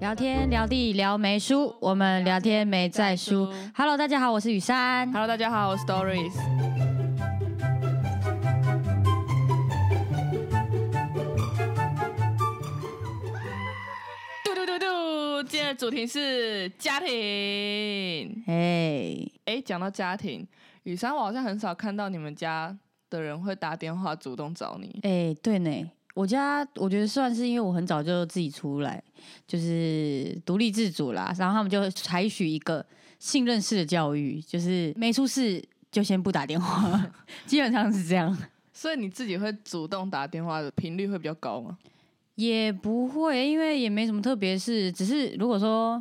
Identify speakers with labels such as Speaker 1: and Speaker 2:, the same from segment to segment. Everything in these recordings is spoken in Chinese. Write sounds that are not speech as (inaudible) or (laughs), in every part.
Speaker 1: 聊天聊地聊没书，我们聊天没在书。Hello，大家好，我是雨珊。
Speaker 2: Hello，大家好，我是 Doris。嘟嘟嘟嘟，今天的主题是家庭。
Speaker 1: 嘿，
Speaker 2: 哎，讲到家庭，雨珊，我好像很少看到你们家的人会打电话主动找你。
Speaker 1: 哎，对呢，我家我觉得算是因为我很早就自己出来，就是独立自主啦，然后他们就采取一个信任式的教育，就是没出事就先不打电 (laughs) 话，基本上是这样。
Speaker 2: 所以你自己会主动打电话的频率会比较高吗？
Speaker 1: 也不会，因为也没什么特别事，只是如果说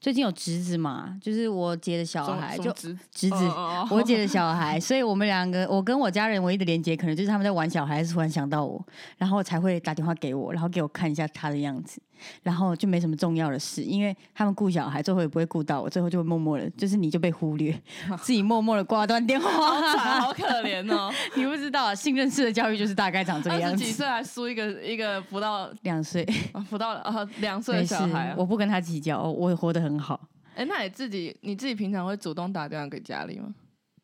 Speaker 1: 最近有侄子嘛，就是我姐的小
Speaker 2: 什么
Speaker 1: 孩，
Speaker 2: 什
Speaker 1: 就
Speaker 2: 么侄
Speaker 1: 侄子，
Speaker 2: 哦哦
Speaker 1: 我姐的小
Speaker 2: (laughs)
Speaker 1: 孩，所以我们两个，我跟我家人唯一的连接，可能就是他们在玩小孩，突然想到我，然后才会打电话给我，然后给我看一下他的样子，然后就没什么重要的事，因为他们顾小孩，最后也不会顾到我，最后就会默默的，就是你就被忽
Speaker 2: (laughs)
Speaker 1: 略，自己默默的挂断电
Speaker 2: 好惨，
Speaker 1: 话。
Speaker 2: 好可怜哦。
Speaker 1: (laughs) 你不知道啊，信任式的教育就是大概长这个
Speaker 2: 二
Speaker 1: 样
Speaker 2: 十几
Speaker 1: 子。
Speaker 2: 岁还输一个一个不到
Speaker 1: 两岁，
Speaker 2: 啊不到啊两岁
Speaker 1: 没
Speaker 2: 的
Speaker 1: 事
Speaker 2: 小孩、啊，。
Speaker 1: 我不跟他计较，我也活得很好。
Speaker 2: 哎、那你自己你自己平常会主动打电话给家里吗？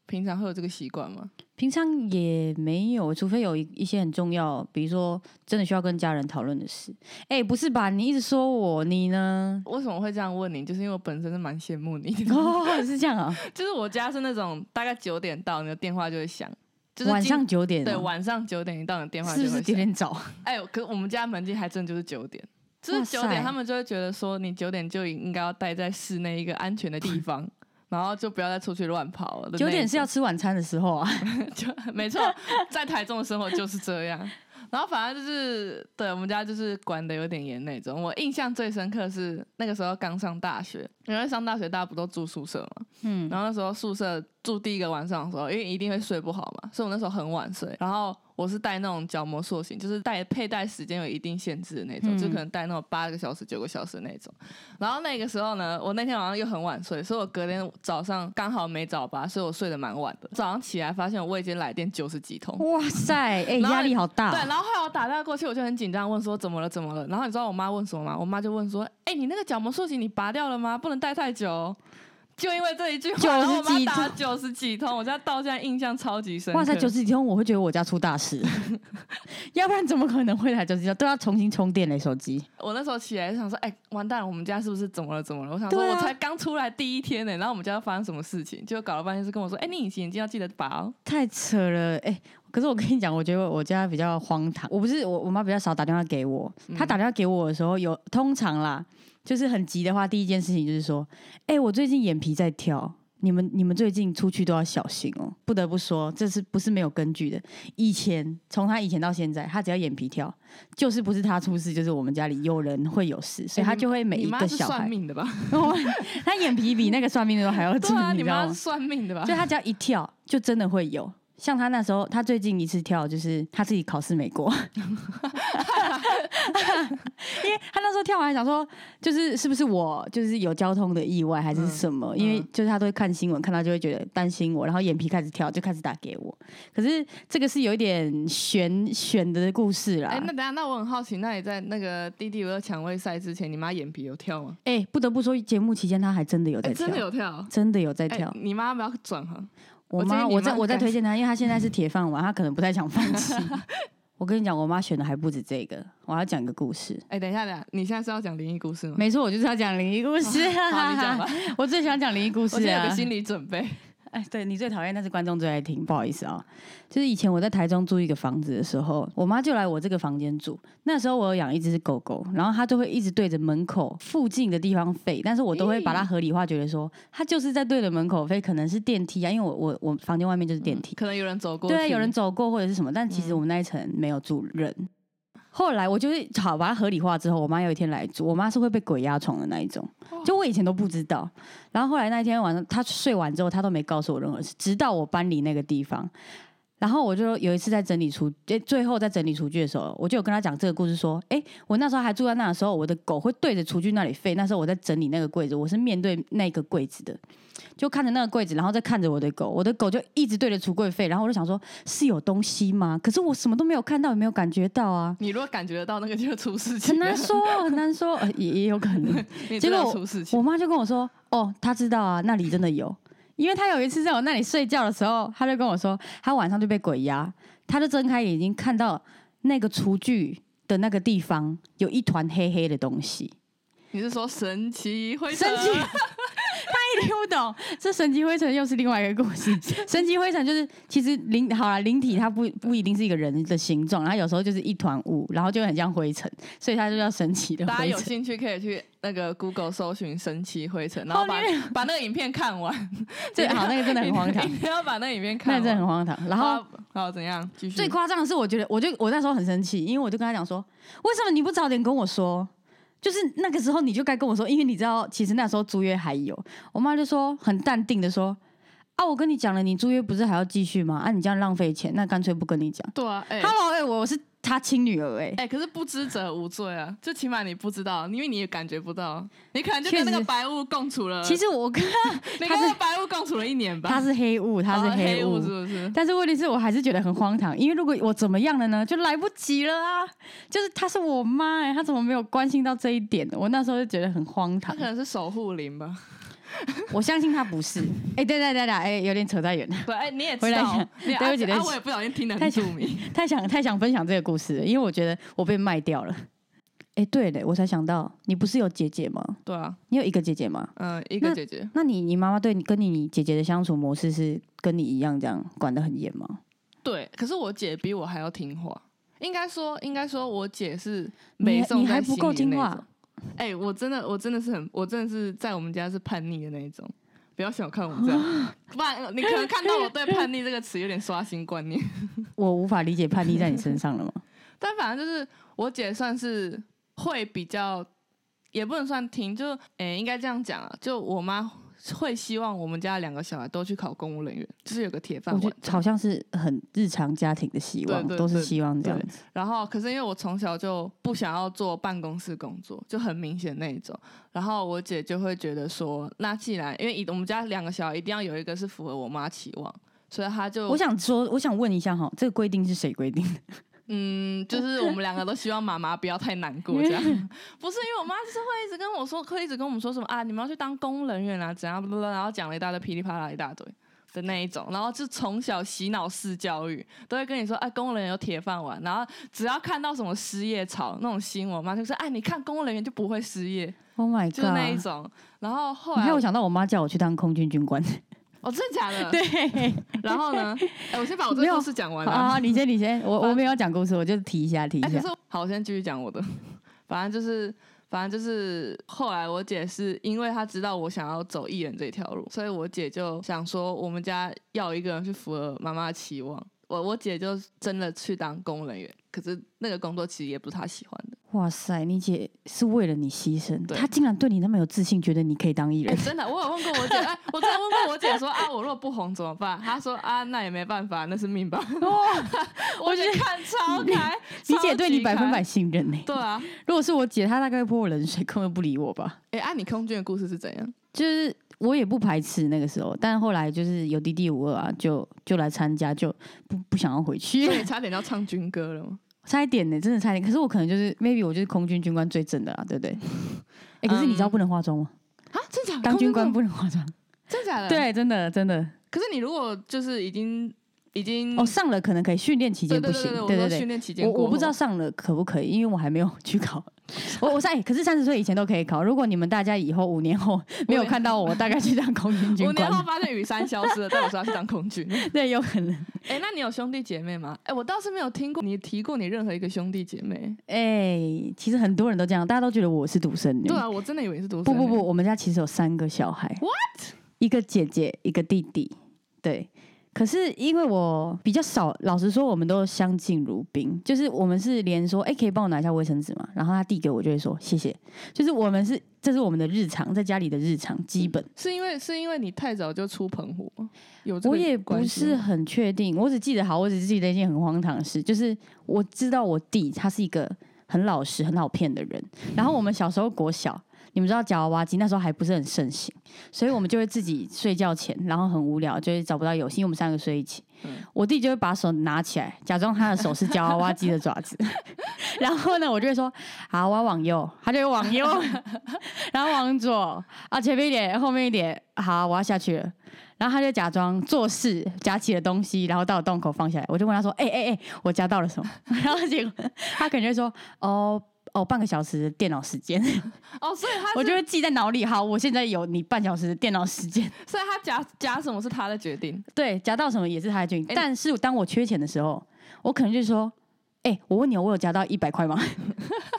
Speaker 2: 平常会有这个习惯吗？
Speaker 1: 平常也没有，除非有一一些很重要，比如说真的需要跟家人讨论的事。哎、不是吧？你一直说我，你呢？ (laughs)
Speaker 2: 为什么会这样问你？就是因为我本身是蛮羡慕你的， (laughs)
Speaker 1: 哦，是这样啊，
Speaker 2: 就是我家是那种大概九点到，你的电话就会响， (laughs) 就是
Speaker 1: 晚
Speaker 2: 今
Speaker 1: 上九点、
Speaker 2: 对，晚上九点一到，你的电话就是
Speaker 1: 不是
Speaker 2: 会
Speaker 1: 有
Speaker 2: 响。
Speaker 1: 点早？
Speaker 2: 哎、可是我们家门禁还真的就是九点，就是
Speaker 1: 哇
Speaker 2: 九
Speaker 1: 塞
Speaker 2: 点，他们就会觉得说你九点就应该要待在室内一个安全的地方， (laughs) 然后就不要再出去乱跑了的那一种。
Speaker 1: 九点是要吃晚餐的时候
Speaker 2: (laughs)
Speaker 1: 啊。
Speaker 2: 就没错，在台中的生活就是这样。然后反正就是，对我们家就是管的有点严那种。我印象最深刻是那个时候刚上大学，因为上大学大家不都住宿舍嘛，
Speaker 1: 嗯，
Speaker 2: 然后那时候宿舍住第一个晚上的时候，因为一定会睡不好嘛，所以我那时候很晚睡。然后我是带那种角膜塑形，就是带佩戴时间有一定限制的那种，
Speaker 1: 嗯
Speaker 2: 就可能带那种八个小时、九个小时那种。然后那个时候呢，我那天晚上又很晚睡，所以我隔天早上刚好没早八，所以我睡得蛮晚的。早上起来发现我未接来电九十几通。
Speaker 1: 哇塞，哎、
Speaker 2: 然后
Speaker 1: 压力好大
Speaker 2: 对，然
Speaker 1: 哦。
Speaker 2: 后后来我打电话过去，我就很紧张，问说怎么了，怎么了？然后你知道我妈问什么吗？我妈就问说：“哎、你那个角膜塑形你拔掉了吗？不能戴太久哦。”就因为这一句话，然后我
Speaker 1: 90
Speaker 2: 妈
Speaker 1: 几
Speaker 2: 打了九十几通，我现在到现在印象超级深刻。
Speaker 1: 哇塞，九十几天我会觉得我家出大
Speaker 2: (laughs)
Speaker 1: 事， (laughs) 要不然怎么可能会来九十几天都要重新充电嘞手机？
Speaker 2: 我那时候起来就想说，哎、完蛋了，我们家是不是怎么了怎么了？我想说，
Speaker 1: 对啊
Speaker 2: 我才刚出来第一天呢、然后我们家发生什么事情？就搞了半天是跟我说，哎、你隐形眼镜要记得拔哦。
Speaker 1: 太扯了，哎、可是我跟你讲，我觉得我家比较荒唐。我不是我我妈比较少打电话给我，
Speaker 2: 嗯
Speaker 1: 她打电话给我的时候有通常啦，就是很急的话，第一件事情就是说，哎、我最近眼皮在跳，你们你们最近出去都要小心哦。不得不说，这是不是没有根据的？以前从她以前到现在，她只要眼皮跳，就是不是她出事，就是我们家里有人会有事，所以
Speaker 2: 哎
Speaker 1: 她
Speaker 2: 你
Speaker 1: 就会每
Speaker 2: 你
Speaker 1: 一
Speaker 2: 妈
Speaker 1: 个
Speaker 2: 是
Speaker 1: 小
Speaker 2: 算
Speaker 1: 孩，
Speaker 2: 命的吧？
Speaker 1: (laughs) 她眼皮比那个算命的都还要
Speaker 2: 对
Speaker 1: 准，
Speaker 2: 啊，你
Speaker 1: 知
Speaker 2: 妈
Speaker 1: 道
Speaker 2: 是
Speaker 1: 吗？
Speaker 2: 算命的
Speaker 1: (laughs)
Speaker 2: 吧？
Speaker 1: 就他只要一跳，就真的会有。像他那时候，他最近一次跳就是他自己考试没过， (laughs) 因为他那时候跳完还想说，就是是不是我就是有交通的意外还是什么？
Speaker 2: 嗯
Speaker 1: 因为
Speaker 2: 嗯
Speaker 1: 就是他都会看新闻，看到就会觉得担心我，然后眼皮开始跳，就开始打给我。可是这个是有一点悬悬的故事啦。
Speaker 2: 哎、那等一下，那我很好奇，那你在那个弟弟五二蔷薇赛之前，你妈眼皮有跳吗？
Speaker 1: 哎、不得不说，节目期间他还真的有
Speaker 2: 哎、
Speaker 1: 在跳，
Speaker 2: 真的有跳。
Speaker 1: 真的有在
Speaker 2: 哎、
Speaker 1: 跳。
Speaker 2: 你妈要不要转行？
Speaker 1: 我
Speaker 2: 我建议
Speaker 1: 妈，
Speaker 2: 你
Speaker 1: 我在
Speaker 2: 妈
Speaker 1: 我在
Speaker 2: 改
Speaker 1: 推荐她，因为她现在是铁饭碗，她可能不太想放
Speaker 2: (laughs)
Speaker 1: 弃。我跟你讲，我妈选的还不止这个，我要讲一个故事。
Speaker 2: 哎、等一下，等一下，你现在是要讲灵异
Speaker 1: (laughs)
Speaker 2: 故事吗？
Speaker 1: 没错，我就是要讲灵异故事、
Speaker 2: (laughs) 好，你讲吧。
Speaker 1: 我最喜欢讲灵异故
Speaker 2: 我
Speaker 1: 事
Speaker 2: 现在有
Speaker 1: 啊
Speaker 2: 个！
Speaker 1: (laughs)
Speaker 2: 心理准备。
Speaker 1: 哎，对你最讨厌，但是观众最爱听，不好意思啊、就是以前我在台中租一个房子的时候，我妈就来我这个房间住。那时候我有养一只狗狗，然后它就会一直对着门口附近的地方吠，但是我都会把它合理化，觉得说它就是在对着门口吠，可能是电梯啊，因为我我我房间外面就是电梯。
Speaker 2: 可能有人嗯走过去，
Speaker 1: 对，啊有人走过或者是什么，但其实我们那一层没有住人。后来我就是好把它合理化之后，我妈有一天来住，我妈是会被鬼压床的那一种，就我以前都不知道。然后后来那一天晚上，她睡完之后，她都没告诉我任何事，直到我搬离那个地方。然后我就有一次在整理厨，诶最后在整理厨具的时候，我就有跟他讲这个故事，说，哎、我那时候还住在那的时候，我的狗会对着厨具那里吠。那时候我在整理那个柜子，我是面对那个柜子的，就看着那个柜子，然后再看着我的狗，我的狗就一直对着橱柜吠。然后我就想说，是有东西吗？可是我什么都没有看到，也没有感觉到
Speaker 2: (laughs)
Speaker 1: 啊，
Speaker 2: 你如果感觉得到那个就是出事情
Speaker 1: 很
Speaker 2: 了，
Speaker 1: 难说，很难说，呃 (laughs) 也也有可能。
Speaker 2: 你
Speaker 1: 结
Speaker 2: 知道
Speaker 1: 果
Speaker 2: 出事情
Speaker 1: 我，妈就跟我说：“哦，她知道啊，那里真的有，因为她有一次在我那里睡觉的时候，她就跟我说，她晚上就被鬼压，她就睁开眼睛看到那个厨具的那个地方有一团黑黑的东西，
Speaker 2: 你是说神奇灰
Speaker 1: 神
Speaker 2: 尘？
Speaker 1: 奇。” (laughs) 她 (laughs) 一听不懂，这神奇灰尘又是另外一个故事。神奇灰尘就是，其实灵好啦，灵体它不不一定是一个人的形状，它有时候就是一团雾，然后就很像灰尘，所以它就叫神奇的 (laughs)
Speaker 2: 大家
Speaker 1: 灰
Speaker 2: 有
Speaker 1: 尘。
Speaker 2: 兴趣可以去那个 Google 搜寻神奇灰尘，然后
Speaker 1: 哦
Speaker 2: 把、
Speaker 1: 你
Speaker 2: 把那个影片看完。
Speaker 1: 这好，那个真的很荒唐
Speaker 2: (laughs) 一，定要把那个影片
Speaker 1: 那
Speaker 2: 看
Speaker 1: 个真的
Speaker 2: 完。
Speaker 1: 很荒唐。然后
Speaker 2: 好好怎样？继续。
Speaker 1: 最夸张的是，我觉得，我就我那时候很生气，因为我就跟他讲说，为什么你不早点跟我说？就是那个时候你就该跟我说，因为你知道，其实那时候租约还有。我妈就说很淡定的说，啊，我跟你讲了，你租约不是还要继续吗？啊，你这样浪费钱，那干脆不跟你讲。
Speaker 2: 对啊，哎、
Speaker 1: Hello，哎、我是他亲女儿、哎、
Speaker 2: 哎、可是不知者无罪啊，就起码你不知道，因为你也感觉不到，你可能就
Speaker 1: 确
Speaker 2: 跟那个
Speaker 1: 实
Speaker 2: 白雾共处了。
Speaker 1: 其实我跟
Speaker 2: 你
Speaker 1: 他
Speaker 2: 跟
Speaker 1: 是
Speaker 2: 那个白雾共处了一年吧？
Speaker 1: 他是黑
Speaker 2: (laughs)
Speaker 1: 雾，他是
Speaker 2: 哦黑
Speaker 1: 雾，
Speaker 2: 是不是？
Speaker 1: 但是问题是我还是觉得很荒唐，因为如果我怎么样了呢，就来不及了啊！就是她是我妈、哎，她怎么没有关心到这一点？我那时候就觉得很荒
Speaker 2: 他 (laughs)
Speaker 1: 唐
Speaker 2: 可。能是守护灵吧。
Speaker 1: 我相信他不是。哎、对对对对，哎、有点扯太远了， (laughs)
Speaker 2: 对，哎、你也
Speaker 1: 回
Speaker 2: 知
Speaker 1: 来
Speaker 2: 道
Speaker 1: 讲，
Speaker 2: 你也
Speaker 1: 对不起
Speaker 2: 啊
Speaker 1: 对不
Speaker 2: 啊，我也不小心听得
Speaker 1: 太
Speaker 2: 很
Speaker 1: 想
Speaker 2: 著名。
Speaker 1: 太想太想分享这个故事了，因为我觉得我被卖掉了。哎、对嘞，我才想到，你不是有姐姐吗？
Speaker 2: 对啊，
Speaker 1: 你有一个姐姐吗？
Speaker 2: 嗯，一个
Speaker 1: 那
Speaker 2: 姐姐，
Speaker 1: 那你你妈妈对你跟你你姐姐的相处模式是跟你一样这样管得很严吗？
Speaker 2: 对，可是我姐比我还要听话。应该说，应该说，我姐是
Speaker 1: 你
Speaker 2: 没送
Speaker 1: 你还
Speaker 2: 在
Speaker 1: 不
Speaker 2: 心
Speaker 1: 够
Speaker 2: 里的
Speaker 1: 听
Speaker 2: 那
Speaker 1: 话
Speaker 2: 种。哎、我真的，我真的是很，我真的是在我们家是叛逆的那一种。不要小看我们
Speaker 1: (laughs)
Speaker 2: 这样，不然你可能看到我对“叛逆”这个词有点刷新观念。
Speaker 1: 我无法理解叛逆在你身上
Speaker 2: (laughs)
Speaker 1: 了吗？
Speaker 2: 但反正就是我姐算是会比较，也不能算听，就诶、应该这样讲啊，就我妈会希望我们家两个小孩都去考公务人员，就是有个铁饭
Speaker 1: 我觉
Speaker 2: 碗。
Speaker 1: 得好像是很日常家庭的希望，
Speaker 2: 对对
Speaker 1: 都是
Speaker 2: 对
Speaker 1: 希望这样子。
Speaker 2: 然后，可是因为我从小就不想要做办公室工作，就很明显那一种。然后我姐就会觉得说，那既然因为一我们家两个小孩一定要有一个是符合我妈期望，所以她就
Speaker 1: 我想说，我想问一下哈，这个规定是谁规定的？ (laughs)
Speaker 2: 嗯，就是我们两个都希望妈妈不要太难过，
Speaker 1: (laughs)
Speaker 2: 这样不是因为我妈就是会一直跟我说，会一直跟我们说什么啊，你们要去当公务人员啊，怎样，然后讲了一大堆噼里啪啦一大堆的那一种，然后就从小洗脑式教育，都会跟你说啊，公务人员有铁饭碗，然后只要看到什么失业潮那种新闻，我妈就说哎、你看公务人员就不会失业，
Speaker 1: Oh my god！
Speaker 2: 就是那一种。然后后
Speaker 1: 你
Speaker 2: 来
Speaker 1: 看，我想到我妈叫我去当空军军官。
Speaker 2: 哦，真的假的？
Speaker 1: 对。
Speaker 2: 然后呢，哎、我先把我这
Speaker 1: 没
Speaker 2: 个
Speaker 1: 有
Speaker 2: 故事讲完
Speaker 1: 好
Speaker 2: 啊。
Speaker 1: (laughs) 啊，你先，你先，我
Speaker 2: 反
Speaker 1: 我没有讲故事，我就提一下，提一
Speaker 2: 哎、
Speaker 1: 下
Speaker 2: 可。是好，我先继续讲我的。 (laughs) 反正就是，反正就是，后来我姐是因为她知道我想要走艺人这条路，所以我姐就想说，我们家要一个人去符合妈妈的期望。我我姐就真的去当公务人员，可是那个工作其实也不是她喜欢
Speaker 1: (laughs)
Speaker 2: 的。
Speaker 1: 哇塞，你姐是为了你牺牲，
Speaker 2: 对
Speaker 1: 她竟然对你那么有自信，觉得你可以当艺
Speaker 2: (laughs) 哎、
Speaker 1: 人。
Speaker 2: 真的，我有问过我姐，哎、我真的问过我姐说 (laughs) 啊，我如果不红怎么办？她说啊，那也没办法，那是命
Speaker 1: (laughs)
Speaker 2: 吧。
Speaker 1: 哦
Speaker 2: (laughs) 我姐看超开，
Speaker 1: 你 (laughs)
Speaker 2: 超
Speaker 1: 姐对你
Speaker 2: 级
Speaker 1: 百分
Speaker 2: 开
Speaker 1: 百。信任呢、
Speaker 2: 对啊，
Speaker 1: 如果是我姐，她大概会泼我冷水，根本不理我吧。
Speaker 2: 哎、啊，你空军的故事是怎样？
Speaker 1: 就是我也不排斥那个时候，但后来就是有滴滴五二啊，就就来参加，就不不想要回 (laughs) 去
Speaker 2: (laughs) 所，以差点要唱军歌了吗？
Speaker 1: 差一点呢、真的差一点。可是我可能就是 maybe 我就是空军军官最正的啦，对不
Speaker 2: (laughs)
Speaker 1: 对？哎、可是你知道不能化妆吗？
Speaker 2: 啊，真假的？
Speaker 1: 当
Speaker 2: 嗯空嗯
Speaker 1: 军
Speaker 2: 这
Speaker 1: 官
Speaker 2: 么
Speaker 1: 不能化妆。
Speaker 2: 真假的？。
Speaker 1: (laughs) 对，真的真的。
Speaker 2: 可是你如果就是已经已经
Speaker 1: 哦，上了可能可以，训练期
Speaker 2: 对
Speaker 1: 间
Speaker 2: 对
Speaker 1: 不
Speaker 2: 嗯对
Speaker 1: 行。
Speaker 2: 对
Speaker 1: 对
Speaker 2: 我
Speaker 1: 对
Speaker 2: 说训
Speaker 1: 对，
Speaker 2: 练期间
Speaker 1: 我
Speaker 2: 过
Speaker 1: 我不知道
Speaker 2: 后
Speaker 1: 上了可不可以，因为我还没有去考。 (laughs) 我我在，可是三十岁以前都可以考。如果你们大家以后五年后没有
Speaker 2: 年
Speaker 1: 看到我，大概去当空军
Speaker 2: 五
Speaker 1: 军
Speaker 2: 年
Speaker 1: 官，
Speaker 2: 后发现雨山消失了，但我说要去当
Speaker 1: (laughs)
Speaker 2: 空军。
Speaker 1: 对，有可能。
Speaker 2: 哎，那你有兄弟姐妹吗？哎，我倒是没有听过你提过你任何一个兄弟姐妹。
Speaker 1: 哎、其实很多人都这样，大家都觉得我是独生女。
Speaker 2: 对啊，我真的以为你是独
Speaker 1: 不
Speaker 2: 生。
Speaker 1: 不不，，我们家其实有三个小孩
Speaker 2: What？
Speaker 1: 一个姐姐，一个弟弟，对。可是因为我比较少，老实说，我们都相敬如宾，就是我们是连说，哎、可以帮我拿一下卫生纸吗？然后他递给我，就会说谢谢。就是我们是，这是我们的日常，在家里的日常基本。
Speaker 2: 是因为是因为你太早就出澎湖吗，有这
Speaker 1: 我
Speaker 2: 个
Speaker 1: 也
Speaker 2: 关
Speaker 1: 不
Speaker 2: 系
Speaker 1: 是
Speaker 2: 吗
Speaker 1: 很确定，我只记得好，我只记得一件很荒唐的事，就是我知道我弟他是一个很老实、很好骗的人。然后我们小时候国小，你们知道夹娃娃机那时候还不是很盛行，所以我们就会自己睡觉前，然后很无聊，就会找不到游戏，因为我们三个睡一起。
Speaker 2: 嗯
Speaker 1: 我弟就会把手拿起来，假装他的手是夹娃娃机的爪子， (laughs) 然后呢，我就会说好，我要往右，他就会往右， (laughs) 然后往左啊，前面一点，后面一点，好，我要下去了。然后他就假装做事，夹起了东西，然后到了洞口放下来。我就问他说：“哎哎哎，我夹到了什么？” (laughs) 然后结果他可能就会说：“哦哦，半个小时的电脑时间。 (laughs)
Speaker 2: 哦，所以”他
Speaker 1: 我
Speaker 2: 是
Speaker 1: 就会记在脑里。好，我现在有你半小时的电脑时间。 (laughs)
Speaker 2: 所以他夹夹什么是他的决定，
Speaker 1: 对，夹到什么也是他的决定。
Speaker 2: 哎
Speaker 1: 但是当我缺钱的时候，我可能就说：“哎、我问你哦，我有夹到一百块吗？”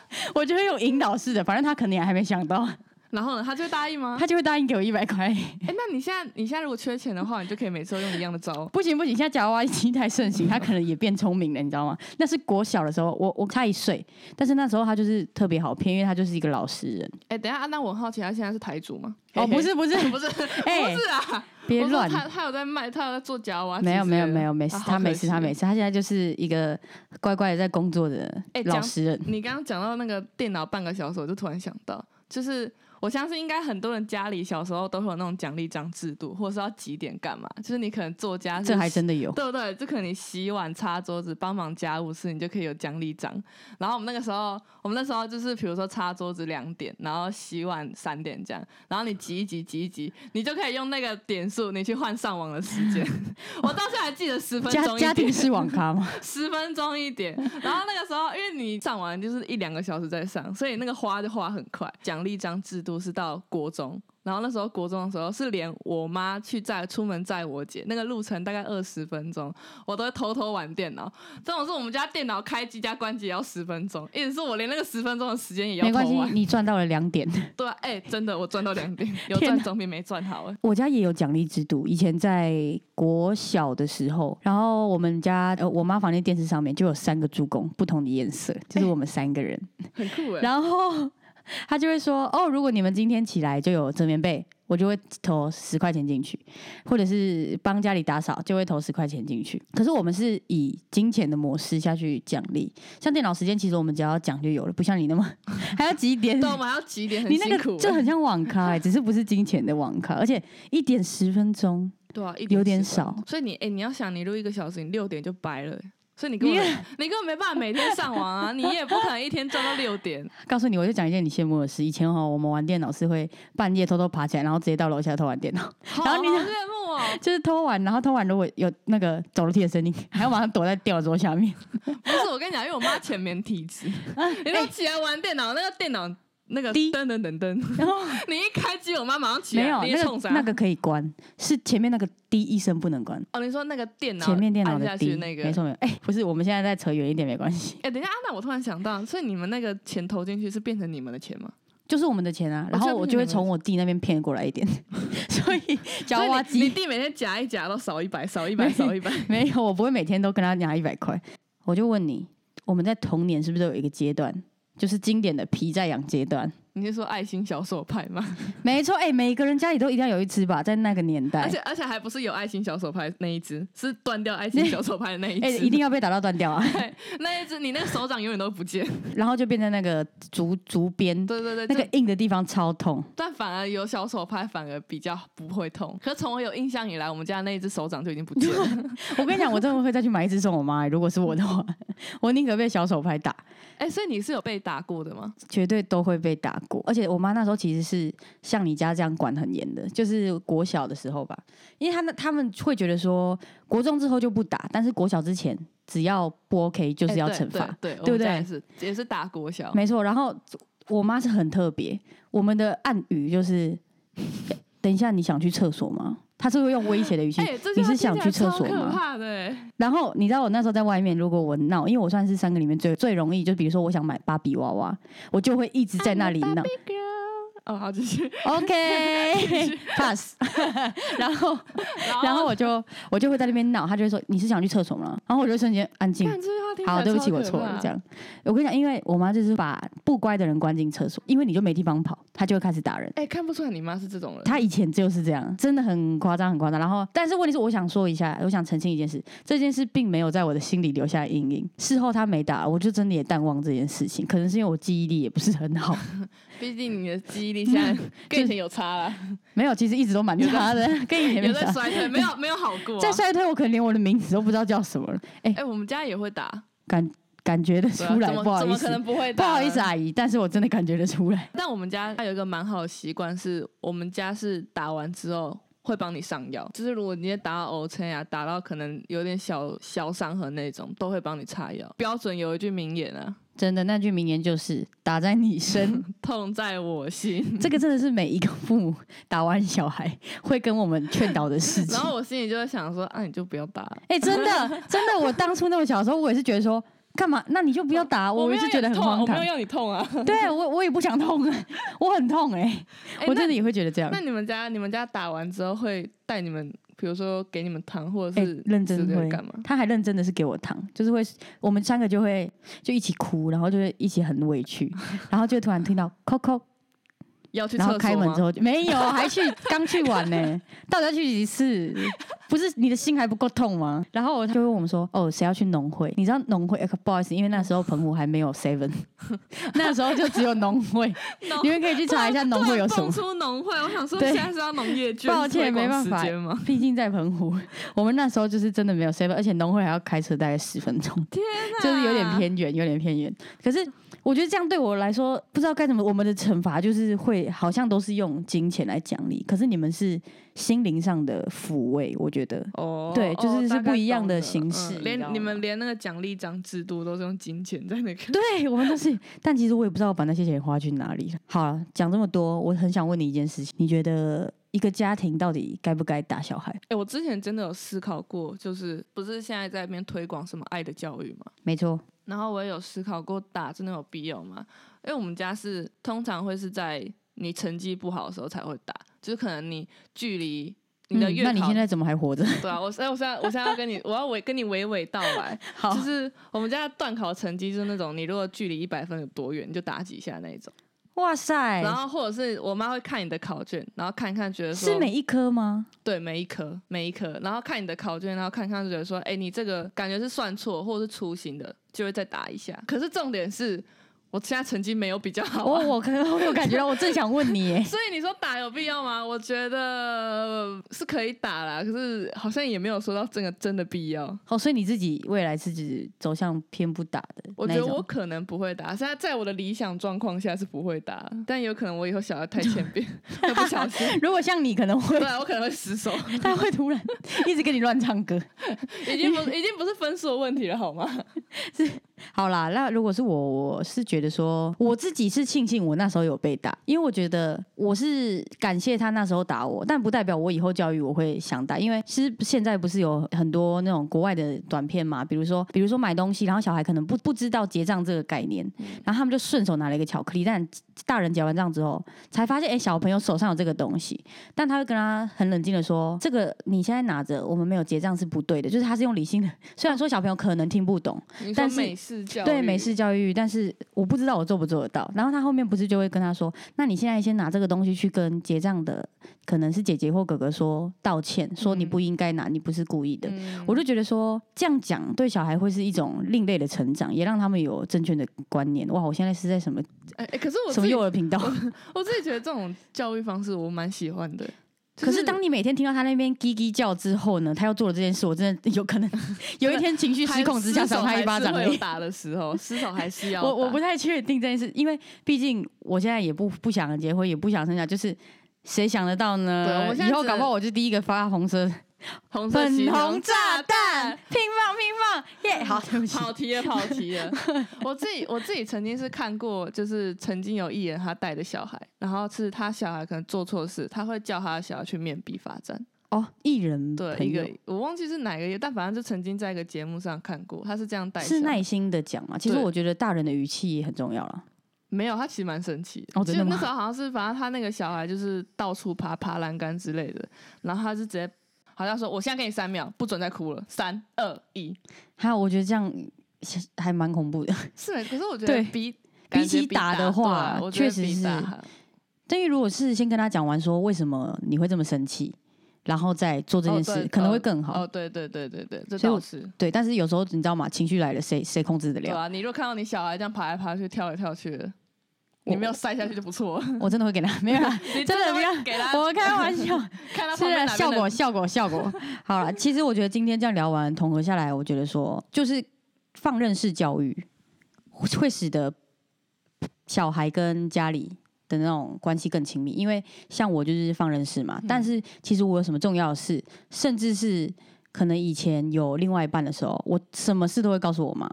Speaker 1: (laughs) 我就会用引导式的，反正他可能也还没想到，
Speaker 2: 然后呢，他就答应吗？
Speaker 1: 他就会答应给我一百块。
Speaker 2: 哎、那你现在你现在如果缺钱的话，你就可以每次都用一样的招。
Speaker 1: 不行不行，现在夹娃娃机太盛行，他可能也变聪明了，你知道吗？那是国小的时候，我我差一岁，但是那时候他就是特别好骗，因为他就是一个老实人。
Speaker 2: 哎、等一下，啊那我很好奇，他现在是台主吗？
Speaker 1: 哦，不是不 (laughs) 是，
Speaker 2: (laughs) 不是，
Speaker 1: 哎
Speaker 2: 不是啊，
Speaker 1: 别
Speaker 2: 我说
Speaker 1: 乱，
Speaker 2: 他他有在卖，他有在做夹娃娃机
Speaker 1: 没
Speaker 2: 之类
Speaker 1: 有
Speaker 2: 的，
Speaker 1: 没有没有，没事，
Speaker 2: 啊
Speaker 1: 他没事他没。
Speaker 2: 好可惜
Speaker 1: 事，他现在就是一个乖乖的在工作的
Speaker 2: 哎讲
Speaker 1: 老实人。
Speaker 2: 你刚刚讲到那个电脑半个小时，我就突然想到，就是我相信应该很多人家里小时候都会有那种奖励章制度，或者是要几点干嘛，就是你可能做家事
Speaker 1: 这还真的有，
Speaker 2: 对不对？就可能你洗碗、擦桌子、帮忙家务事，你就可以有奖励章。然后我们那个时候，我们那时候就是比如说擦桌子两点，然后洗碗三点这样，然后你挤一挤、挤一挤，你就可以用那个点数你去换上网的时间。 (laughs) 我到现在还记得十分
Speaker 1: 家
Speaker 2: 钟一
Speaker 1: 家庭
Speaker 2: 点，
Speaker 1: 式网咖 (laughs) 吗？
Speaker 2: 十分钟一 (laughs) 点。然后那个时候，因为你上完就是一两个小时再上，所以那个花就花很快。奖励章制度是到国中。然后那时候国中的时候，是连我妈去载出门载我姐，那个路程大概二十分钟，我都会偷偷玩电脑。这种是我们家电脑开机加关机也要十分钟，意思是我连那个十分钟的时间也要
Speaker 1: 没关
Speaker 2: 偷
Speaker 1: 系，
Speaker 2: 玩。
Speaker 1: 你赚到了两点。
Speaker 2: (laughs) 对、啊，哎、真的我赚到两点，有
Speaker 1: 天
Speaker 2: 赚
Speaker 1: 哪
Speaker 2: 总比没赚好。哎
Speaker 1: 我家也有奖励制度，以前在国小的时候，然后我们家呃我妈房间电视上面就有三个助攻，不同的颜色，就是我们三个人。
Speaker 2: (laughs) 很酷哎、
Speaker 1: 然后他就会说：“哦，如果你们今天起来就有折棉被，我就会投十块钱进去，或者是帮家里打扫就会投十块钱进去。”可是我们是以金钱的模式下去奖励，像电脑时间，其实我们只要讲就有了，不像你那么 (laughs) 还要几点
Speaker 2: (laughs) 对，。我们还要几点，很
Speaker 1: 你
Speaker 2: 辛
Speaker 1: 那
Speaker 2: 苦
Speaker 1: 个就
Speaker 2: 哎
Speaker 1: 很像网咖、欸，只是不是金钱的网咖，而且一点十分钟，
Speaker 2: 对啊，一
Speaker 1: 有点
Speaker 2: 10分
Speaker 1: 少
Speaker 2: 所以你哎、你要想，你录一个小时，你六点就掰了欸、所以你根本
Speaker 1: 你
Speaker 2: 没你根本没办法每天上网啊，你也不可能一天赚到
Speaker 1: (laughs)
Speaker 2: 六点。
Speaker 1: 告诉你，我就讲一件你羡慕的事。以前哦，我们玩电脑是会半夜偷偷爬起来，然后直接到楼下偷玩电脑， (laughs) 然后你
Speaker 2: 好好羡慕哦，
Speaker 1: 就是偷玩，然后偷玩如果有那个走楼梯的声音，还要马上躲在吊桌下面。
Speaker 2: 不是我跟你讲，因为我妈前面
Speaker 1: (laughs)
Speaker 2: 体质，你都起来玩电脑，那个电脑那个
Speaker 1: 啊哎滴
Speaker 2: 噔噔
Speaker 1: (laughs)
Speaker 2: 噔噔，
Speaker 1: 然后
Speaker 2: 你一开机，我妈马上起来，
Speaker 1: 没有
Speaker 2: 你
Speaker 1: 那
Speaker 2: 哦冲啥？
Speaker 1: 个那个可以关，是前面那个滴一声不能关，
Speaker 2: 哦，你说那个电脑
Speaker 1: 前面电脑
Speaker 2: 按
Speaker 1: 的
Speaker 2: 下去
Speaker 1: 滴，
Speaker 2: 那个
Speaker 1: 没。错没有。哎、不是，我们现在再扯远一点没关系，
Speaker 2: 哎、等一下，那我突然想到，所以你们那个钱投进去是变成你们的钱吗？
Speaker 1: 就是我们的钱
Speaker 2: 哦
Speaker 1: 啊。然后我就会从我弟那边骗过来一点， (laughs) 所以夹娃娃
Speaker 2: 所以你你
Speaker 1: 机
Speaker 2: 弟每天夹一夹都少一百，少一
Speaker 1: (laughs)
Speaker 2: 百，
Speaker 1: 没
Speaker 2: 少一百。
Speaker 1: 没有，我不会每天都跟他拿一百块。我就问你，我们在童年是不是都有一个阶段，就是经典的皮在痒阶段？
Speaker 2: 你是说爱心小手派吗？
Speaker 1: 没错，哎、每个人家里都一定要有一只吧，在那个年代，
Speaker 2: 而且而且还不是有爱心小手牌那一只，是断掉爱心小手牌的那一
Speaker 1: (laughs)
Speaker 2: 只。
Speaker 1: 哎、一定要被打到断掉啊，
Speaker 2: (laughs)
Speaker 1: (laughs)
Speaker 2: 那一只，你那个手掌永远都不见。
Speaker 1: 然后就变成那个竹竹编，
Speaker 2: 对对对，
Speaker 1: 那个
Speaker 2: 就
Speaker 1: 硬的地方超痛。
Speaker 2: 但反而有小手拍反而比较不会痛。可从我有印象以来，我们家那一只手掌就已经不见了。
Speaker 1: 我跟你讲，我真的会再去买一只送我妈、如果是我的话， (laughs) 我宁可被小手牌打，
Speaker 2: (laughs) 哎、所以你是有被打过的吗？
Speaker 1: 绝对都会被打过。而且我妈那时候其实是像你家这样管很严的，就是国小的时候吧，因为他们他们会觉得说国中之后就不打，但是国小之前只要不 OK (laughs) 就是要
Speaker 2: 哎对
Speaker 1: 惩罚。对
Speaker 2: 对对我们
Speaker 1: 不对
Speaker 2: 家也是也是打国小。
Speaker 1: 没错，然后我妈是很特别，我们的暗语就是：等一下你想去厕所吗？她是会用威胁的语气。
Speaker 2: 哎、这
Speaker 1: 你
Speaker 2: 句话
Speaker 1: 是想
Speaker 2: 听起来
Speaker 1: 去厕所
Speaker 2: 超可
Speaker 1: 吗
Speaker 2: 怕的、哎
Speaker 1: 然后你知道我那时候在外面，如果我闹，因为我算是三个里面最最容易，就比如说我想买芭比娃娃，我就会一直在那里闹。
Speaker 2: 哦，好，继
Speaker 1: (laughs)
Speaker 2: 续。 (laughs)
Speaker 1: OK pass，然后然后我就我就会在那边闹，他就会说你是想去厕所吗？然后我就瞬间安静
Speaker 2: 看。这句话听起来
Speaker 1: 好，对不起，
Speaker 2: 超
Speaker 1: 我
Speaker 2: 可
Speaker 1: 错了。
Speaker 2: 怕
Speaker 1: 这样，我跟你讲，因为我妈就是把不乖的人关进厕所，因为你就没地方跑，她就会开始打人。
Speaker 2: 哎、看不出来你妈是这种人。
Speaker 1: 她以前就是这样，真的很夸张，很夸张。然后，但是问题是，我想说一下，我想澄清一件事，这件事并没有在我的心里留下阴影。事后她没打，我就真的也淡忘这件事情，可能是因为我记忆力也不是很好。
Speaker 2: 毕竟你的记忆
Speaker 1: (laughs)
Speaker 2: 力现在跟以前有差了，
Speaker 1: 没有，其实一直都蛮差的，跟以前
Speaker 2: (laughs) 有
Speaker 1: 没
Speaker 2: 在
Speaker 1: 差。
Speaker 2: 衰退，没有没有好过、啊。
Speaker 1: 在衰退，我可能连我的名字都不知道叫什么了，
Speaker 2: 哎、我们家也会打，
Speaker 1: 感感觉得
Speaker 2: 对啊
Speaker 1: 出来，
Speaker 2: 怎么
Speaker 1: 不好
Speaker 2: 怎
Speaker 1: 意
Speaker 2: 么可
Speaker 1: 思，
Speaker 2: 能不会
Speaker 1: 不
Speaker 2: 打？
Speaker 1: 好意思，。啊阿姨，但是我真的感觉得
Speaker 2: (laughs)
Speaker 1: 出来。
Speaker 2: 但我们家有一个蛮好的习惯，是我们家是打完之后会帮你上药，就是如果你也打到 O C 啊，打到可能有点小小伤痕那种，都会帮你擦药。标准有一句名言啊，
Speaker 1: 真的，那句名言就是“打在你身
Speaker 2: 痛在
Speaker 1: (laughs)
Speaker 2: 我心”，。
Speaker 1: 这个真的是每一个父母打完小孩会跟我们劝导的事情
Speaker 2: (laughs) 然。后我心里就会想说，啊，你就不要打，
Speaker 1: 哎、真的，
Speaker 2: (laughs)
Speaker 1: 真的，我当初那么小的时候，我也是觉得说，干嘛？那你就不要打，哦我
Speaker 2: 没
Speaker 1: 也
Speaker 2: 有
Speaker 1: 是觉得
Speaker 2: 要你
Speaker 1: 很
Speaker 2: 痛啊，
Speaker 1: 荒
Speaker 2: (laughs) 我没有
Speaker 1: 唐。
Speaker 2: 要你痛啊。
Speaker 1: (laughs) 对我，我也不想痛 (laughs) 啊，我很痛哎、
Speaker 2: 哎
Speaker 1: 我
Speaker 2: 那
Speaker 1: 真的也会觉得这样。
Speaker 2: 那你们家你们家打完之后会带你们，比如说给你们糖或者
Speaker 1: 哎、
Speaker 2: 是
Speaker 1: 认真
Speaker 2: 之类的
Speaker 1: 会
Speaker 2: 干嘛？
Speaker 1: 他还认真的是给我糖，就是会我们三个就会就一起哭，然后就会一起很委屈，
Speaker 2: (laughs)
Speaker 1: 然后就突然听到 “coco”，
Speaker 2: 要去厕
Speaker 1: 然后
Speaker 2: 所吗？
Speaker 1: 开门之后就没有，还去刚去玩呢、
Speaker 2: (laughs)
Speaker 1: 到底要去几次？不是你的心还不够痛吗？然后他就问我们说：“哦，谁要去农会？你知道农会、哎不好意思，因为那时候澎湖还没有 Seven，那时候就只有农
Speaker 2: (laughs)
Speaker 1: 会，
Speaker 2: 农
Speaker 1: 你们可以去查一下农会有什么。
Speaker 2: 出农会，我想说
Speaker 1: 对
Speaker 2: 现在是要农业券
Speaker 1: 抱歉
Speaker 2: 推广
Speaker 1: 没办法
Speaker 2: 时间 (laughs) 吗？
Speaker 1: 毕竟在澎湖，我们那时候就是真的没有 Seven，而且农会还要开车大概十分钟。”
Speaker 2: 天哪，
Speaker 1: 就是有
Speaker 2: 啊
Speaker 1: 点。偏远，有点偏远。可是我觉得这样对我来说，不知道该怎么。我们的惩罚就是会好像都是用金钱来奖励，可是你们是心灵上的抚慰，我觉得。
Speaker 2: 哦，
Speaker 1: 对就是
Speaker 2: 哦
Speaker 1: 是
Speaker 2: 大概
Speaker 1: 不一样
Speaker 2: 懂
Speaker 1: 的
Speaker 2: 了
Speaker 1: 形式
Speaker 2: 嗯
Speaker 1: 你知道
Speaker 2: 连你
Speaker 1: 吗
Speaker 2: 们连那个奖励章制度都是用金钱在那个。 (laughs)
Speaker 1: 对我们都是，但其实我也不知道我把那些钱花去哪里了。好了，讲这么多，我很想问你一件事情：你觉得一个家庭到底该不该打小孩？
Speaker 2: 哎、我之前真的有思考过，就是不是现在在那边推广什么爱的教育吗？
Speaker 1: 没错，
Speaker 2: 然后我也有思考过打真的有必要吗？因为我们家是通常会是在你成绩不好的时候才会打，就是可能你距离你的
Speaker 1: 嗯
Speaker 2: 月
Speaker 1: 那
Speaker 2: 考，
Speaker 1: 你现在怎么还活
Speaker 2: (laughs)
Speaker 1: 着？
Speaker 2: 对啊，我哎，我现在我现在要跟你，我要娓跟你娓娓道来，
Speaker 1: 好
Speaker 2: 就是我们家的段考成绩就是那种你如果距离一百分有多远，你就打几下那一种。
Speaker 1: 哇塞，
Speaker 2: 然后或者是我妈会看你的考卷，然后看一看觉得说
Speaker 1: 是每一科
Speaker 2: (laughs)
Speaker 1: 吗？
Speaker 2: 对每一科每一科，然后看你的考卷，然后看看觉得说，哎，你这个感觉是算错或者是粗心的，就会再打一下。可是重点是我现在成绩没有比较好、
Speaker 1: 我
Speaker 2: 啊。
Speaker 1: 哦我可我有感觉到，我正想问你耶
Speaker 2: 所以你说打有必要吗？我觉得是可以打啦，可是好像也没有说到真的真的必要。
Speaker 1: 哦，所以你自己未来是指走向偏不打的 (laughs)
Speaker 2: 我
Speaker 1: 那
Speaker 2: 觉
Speaker 1: 一
Speaker 2: 得
Speaker 1: 种？
Speaker 2: 我可能不会打，现在在我的理想状况下是不会打，但有可能我以后小孩太欠 (laughs) 扁，会不小心，
Speaker 1: 如果像你，可能会
Speaker 2: 对，我可能会失 (laughs) 手，
Speaker 1: 他会突然 (laughs) 一直跟你乱唱歌。
Speaker 2: 已经不已经不是分数的问题了，好吗？
Speaker 1: 好啦，那如果是我，我是觉得说我自己是庆幸我那时候有被打，因为我觉得我是感谢他那时候打我，但不代表我以后教育我会想打，因为其实现在不是有很多那种国外的短片嘛，比如说比如说买东西，然后小孩可能不不知道结账这个概念，然后他们就顺手拿了一个巧克力，但大人结完账之后才发现，哎、小朋友手上有这个东西，但他会跟他很冷静的说，这个你现在拿着，我们没有结账是不对的，就是他是用理性的，虽然说小朋友可能听不懂。
Speaker 2: 你说
Speaker 1: 但是
Speaker 2: 美式教育
Speaker 1: 对美式教育，但是我不知道我做不做得到。然后他后面不是就会跟他说：“那你现在先拿这个东西去跟结账的，可能是姐姐或哥哥说道歉，说你
Speaker 2: 嗯
Speaker 1: 不应该拿，你不是故意的。
Speaker 2: 嗯
Speaker 1: 我就觉得说这样讲对小孩会是一种另类的成长，也让他们有正确的观念。哇，我现在是在什么
Speaker 2: 哎、哎可是我
Speaker 1: 什
Speaker 2: 自
Speaker 1: 么
Speaker 2: 己
Speaker 1: 幼儿频道？
Speaker 2: 我自己觉得这种教育方式我蛮喜欢的，就
Speaker 1: 可是当你每天听到他那边叽叽叫之后呢，他又做了这件事，我真的有可
Speaker 2: (laughs)
Speaker 1: 能有一天情绪失控之下赏他一巴掌
Speaker 2: 还
Speaker 1: 而
Speaker 2: 是
Speaker 1: 已
Speaker 2: 会有。打的时候，失手还 (laughs) 是要
Speaker 1: 我我
Speaker 2: 打
Speaker 1: 不太确定这件事，因为毕竟我现在也不不想结婚，也不想生小孩，就是谁想得到
Speaker 2: 对我
Speaker 1: 呢？
Speaker 2: 现在
Speaker 1: 以后
Speaker 2: 只
Speaker 1: 搞不好我就第一个发红色
Speaker 2: 红色
Speaker 1: 粉
Speaker 2: 系
Speaker 1: 红
Speaker 2: 统
Speaker 1: 炸弹，乒乓乒
Speaker 2: (laughs)
Speaker 1: 乓，耶！好， (laughs) 对不起，
Speaker 2: 跑题了，跑题了。 (laughs) 我自己我自己曾经是看过，就是曾经有艺人他带的小孩，然后是他小孩可能做错事，他会叫他的小孩去面壁罚站。
Speaker 1: 哦，艺人
Speaker 2: 对，
Speaker 1: 朋
Speaker 2: 一
Speaker 1: 友
Speaker 2: 个我忘记是哪个，但反正就曾经在一个节目上看过，他是这样带小
Speaker 1: 是
Speaker 2: 孩。
Speaker 1: 耐心的讲嘛。其实
Speaker 2: 对
Speaker 1: 我觉得大人的语气也很重要了。
Speaker 2: 没有，他其实蛮生气
Speaker 1: 哦
Speaker 2: 就
Speaker 1: 真的吗
Speaker 2: 那时候好像是，反正他那个小孩就是到处爬爬栏杆之类的，然后他是直接好像说：“我现在给你三秒，不准再哭了，三二
Speaker 1: (laughs)
Speaker 2: 一。
Speaker 1: 还有，我觉得这样还蛮恐怖的。” (laughs)
Speaker 2: 是没，可是我觉
Speaker 1: 对
Speaker 2: 得比
Speaker 1: 比起
Speaker 2: 感觉比
Speaker 1: 打的话
Speaker 2: 对我觉
Speaker 1: 确
Speaker 2: 得
Speaker 1: 实
Speaker 2: 比
Speaker 1: 是
Speaker 2: 打还
Speaker 1: 但于如果是先跟他讲完说为什么你会这么生气，然后再做这件
Speaker 2: 哦
Speaker 1: 事，
Speaker 2: 对
Speaker 1: 可能
Speaker 2: 哦
Speaker 1: 会更好。
Speaker 2: 哦，对对对对对，这
Speaker 1: 所以
Speaker 2: 倒
Speaker 1: 我
Speaker 2: 是。
Speaker 1: 对，但是有时候你知道吗？情绪来了，谁谁控制得
Speaker 2: 对
Speaker 1: 了？
Speaker 2: 啊，你如果看到你小孩这样爬来爬去、跳来跳去的，你没有塞下去就不错。
Speaker 1: (laughs) 我真的会给他没有啦，
Speaker 2: (laughs) 你
Speaker 1: 真的不
Speaker 2: 会给他
Speaker 1: 要，我开玩
Speaker 2: (laughs)
Speaker 1: 笑，
Speaker 2: 看他旁
Speaker 1: 是
Speaker 2: 边
Speaker 1: 啊
Speaker 2: 哪边
Speaker 1: 效
Speaker 2: 能 (laughs)
Speaker 1: 果效果效果。好了，其实我觉得今天这样聊完，统合下来，我觉得说就是放任式教育会使得小孩跟家里。的那种关系更亲密，因为像我就是放任式嘛，
Speaker 2: 嗯
Speaker 1: 但是其实我有什么重要的事，甚至是可能以前有另外一半的时候，我什么事都会告诉我妈，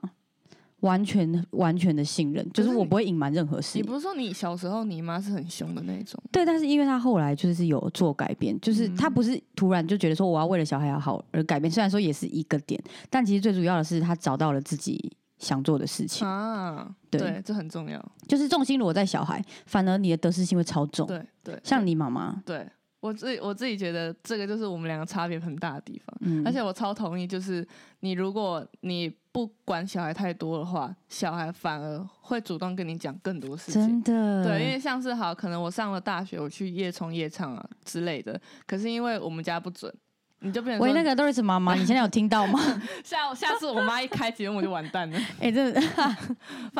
Speaker 1: 完全完全的信任，就是
Speaker 2: 可是
Speaker 1: 我
Speaker 2: 你
Speaker 1: 不会隐瞒任何事。
Speaker 2: 你不是说你小时候你妈是很凶的那种？
Speaker 1: 对，但是因为他后来就是有做改变，就是他
Speaker 2: 嗯
Speaker 1: 不是突然就觉得说我要为了小孩要好而改变，虽然说也是一个点，但其实最主要的是他找到了自己想做的事情，
Speaker 2: 啊，
Speaker 1: 对哦
Speaker 2: 对，这很重要。
Speaker 1: 就是重心如果在小孩，反而你的得失心会超重。
Speaker 2: 对对，
Speaker 1: 像
Speaker 2: 你
Speaker 1: 你妈妈，
Speaker 2: 对我自己我自己觉得这个就是我们两个差别很大的地方。
Speaker 1: 嗯，
Speaker 2: 而且我超同意，就是你如果你不管小孩太多的话，小孩反而会主动跟你讲更多事情。
Speaker 1: 真的，
Speaker 2: 对，因为像是好，可能我上了大学，我去夜冲夜唱啊之类的，可是因为我们家不准，你就变成
Speaker 1: 喂，那
Speaker 2: 说
Speaker 1: 个 Doris 妈妈，你现在有听到
Speaker 2: (laughs)
Speaker 1: 吗？
Speaker 2: 下下次我妈一开节目我就完蛋了。
Speaker 1: (laughs)
Speaker 2: (laughs)
Speaker 1: 哎、真的，
Speaker 2: 反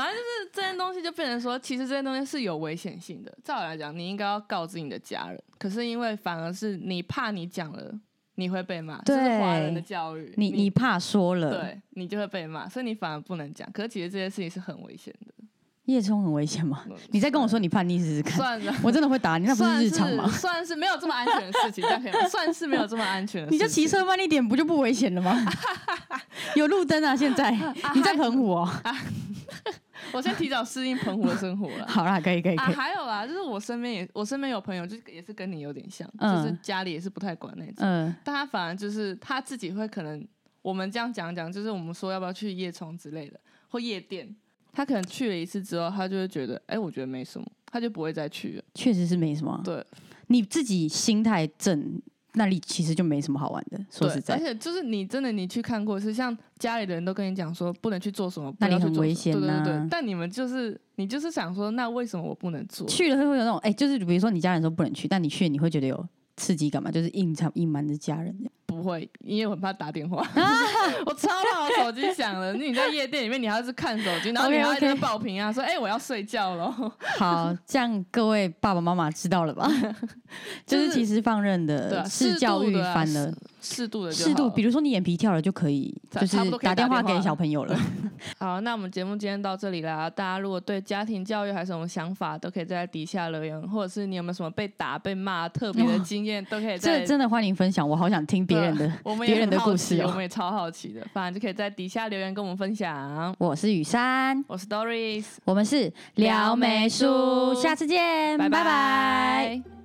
Speaker 2: 正就是这件东西就变成说，其实这些东西是有危险性的。照理来讲，你应该要告知你的家人，可是因为反而是你怕你讲了你会被骂，这是华人的
Speaker 1: 对
Speaker 2: 教育。
Speaker 1: 你呃你怕说了，
Speaker 2: 对你就会被骂，所以你反而不能讲。可是其实这些事情是很危险的。
Speaker 1: 夜冲很危险
Speaker 2: (laughs)
Speaker 1: 吗？
Speaker 2: 嗯
Speaker 1: 你再跟我说你叛逆试试看，
Speaker 2: 算了，
Speaker 1: 我真的会打你，那不
Speaker 2: 算
Speaker 1: 日常吗？
Speaker 2: 算是没有这么安全的事情，这样可以吗算是没有这么安全的
Speaker 1: (laughs)
Speaker 2: 事
Speaker 1: 你
Speaker 2: 情。
Speaker 1: 就骑车慢一点，不就不危险
Speaker 2: (laughs)
Speaker 1: 了吗？有路灯啊，现在你在澎湖哦。
Speaker 2: 啊我先提早适应澎湖的生活
Speaker 1: (laughs)
Speaker 2: 了。
Speaker 1: 好啦，可以可以
Speaker 2: 啊，
Speaker 1: 可以。
Speaker 2: 还有啊，就是我身边也，我身边有朋友，就是也是跟你有点像，
Speaker 1: 嗯
Speaker 2: 就是家里也是不太管那种。
Speaker 1: 嗯
Speaker 2: 但他反而就是他自己会可能，我们这样讲讲，就是我们说要不要去夜冲之类的，或夜店，他可能去了一次之后，他就会觉得，哎、我觉得没什么，他就不会再去了。
Speaker 1: 确实是没什么。
Speaker 2: 对，
Speaker 1: 你自己心态正，那里其实就没什么好玩的。说
Speaker 2: 对，
Speaker 1: 实在
Speaker 2: 而，且就是你真的你去看过，是像家里的人都跟你讲说不能去做什么，
Speaker 1: 那
Speaker 2: 不要
Speaker 1: 你
Speaker 2: 去
Speaker 1: 很
Speaker 2: 做
Speaker 1: 危
Speaker 2: 什么
Speaker 1: 险啊
Speaker 2: 对对
Speaker 1: 呐
Speaker 2: 对。但你们就是你就是想说，那为什么我不能做？
Speaker 1: 去了会有那种，哎、就是比如说你家人说不能去，但你去了你会觉得有刺激感嘛？就是隐藏隐瞒着家人。
Speaker 2: (laughs) 不会，因为我很怕打
Speaker 1: (laughs)
Speaker 2: 电话， (laughs) 我超怕我手机响了。你在夜店里面，你还是看手机，然后你
Speaker 1: OK，
Speaker 2: 还要在
Speaker 1: OK
Speaker 2: 那边报平啊，说哎、我要睡觉喽。
Speaker 1: 好，这样各位爸爸妈妈知道了
Speaker 2: (laughs)
Speaker 1: 吧？就
Speaker 2: 就是
Speaker 1: 是其实放任
Speaker 2: 对啊
Speaker 1: 的
Speaker 2: 适
Speaker 1: 是
Speaker 2: 度
Speaker 1: 呃教育
Speaker 2: 的啊
Speaker 1: 反
Speaker 2: 适
Speaker 1: 了
Speaker 2: 适度的就
Speaker 1: 适
Speaker 2: 好
Speaker 1: 度，
Speaker 2: 了
Speaker 1: 比如说你眼皮跳了就可以，
Speaker 2: 差
Speaker 1: 就
Speaker 2: 差不
Speaker 1: 是
Speaker 2: 多可以打
Speaker 1: 电话
Speaker 2: 电话
Speaker 1: 给小朋友了。
Speaker 2: 好，那我们节目今天到这里啦。大家如果对家庭教育还有什么想法，都可以在底下留言，或者是你有没有什么被打、被骂特别的经验，都可以在
Speaker 1: 这真的欢迎分享，我好想听别人的
Speaker 2: 对。我们也
Speaker 1: 别人的
Speaker 2: 很好
Speaker 1: 故事
Speaker 2: 奇
Speaker 1: 哦
Speaker 2: 我们也超好奇的。反正就可以在底下留言跟我们分享。
Speaker 1: 我是雨珊，
Speaker 2: 我是 Doris，
Speaker 1: 我们是
Speaker 2: 聊
Speaker 1: 聊
Speaker 2: 美
Speaker 1: 美
Speaker 2: 术
Speaker 1: 术，下次见，
Speaker 2: 拜
Speaker 1: 拜拜
Speaker 2: 拜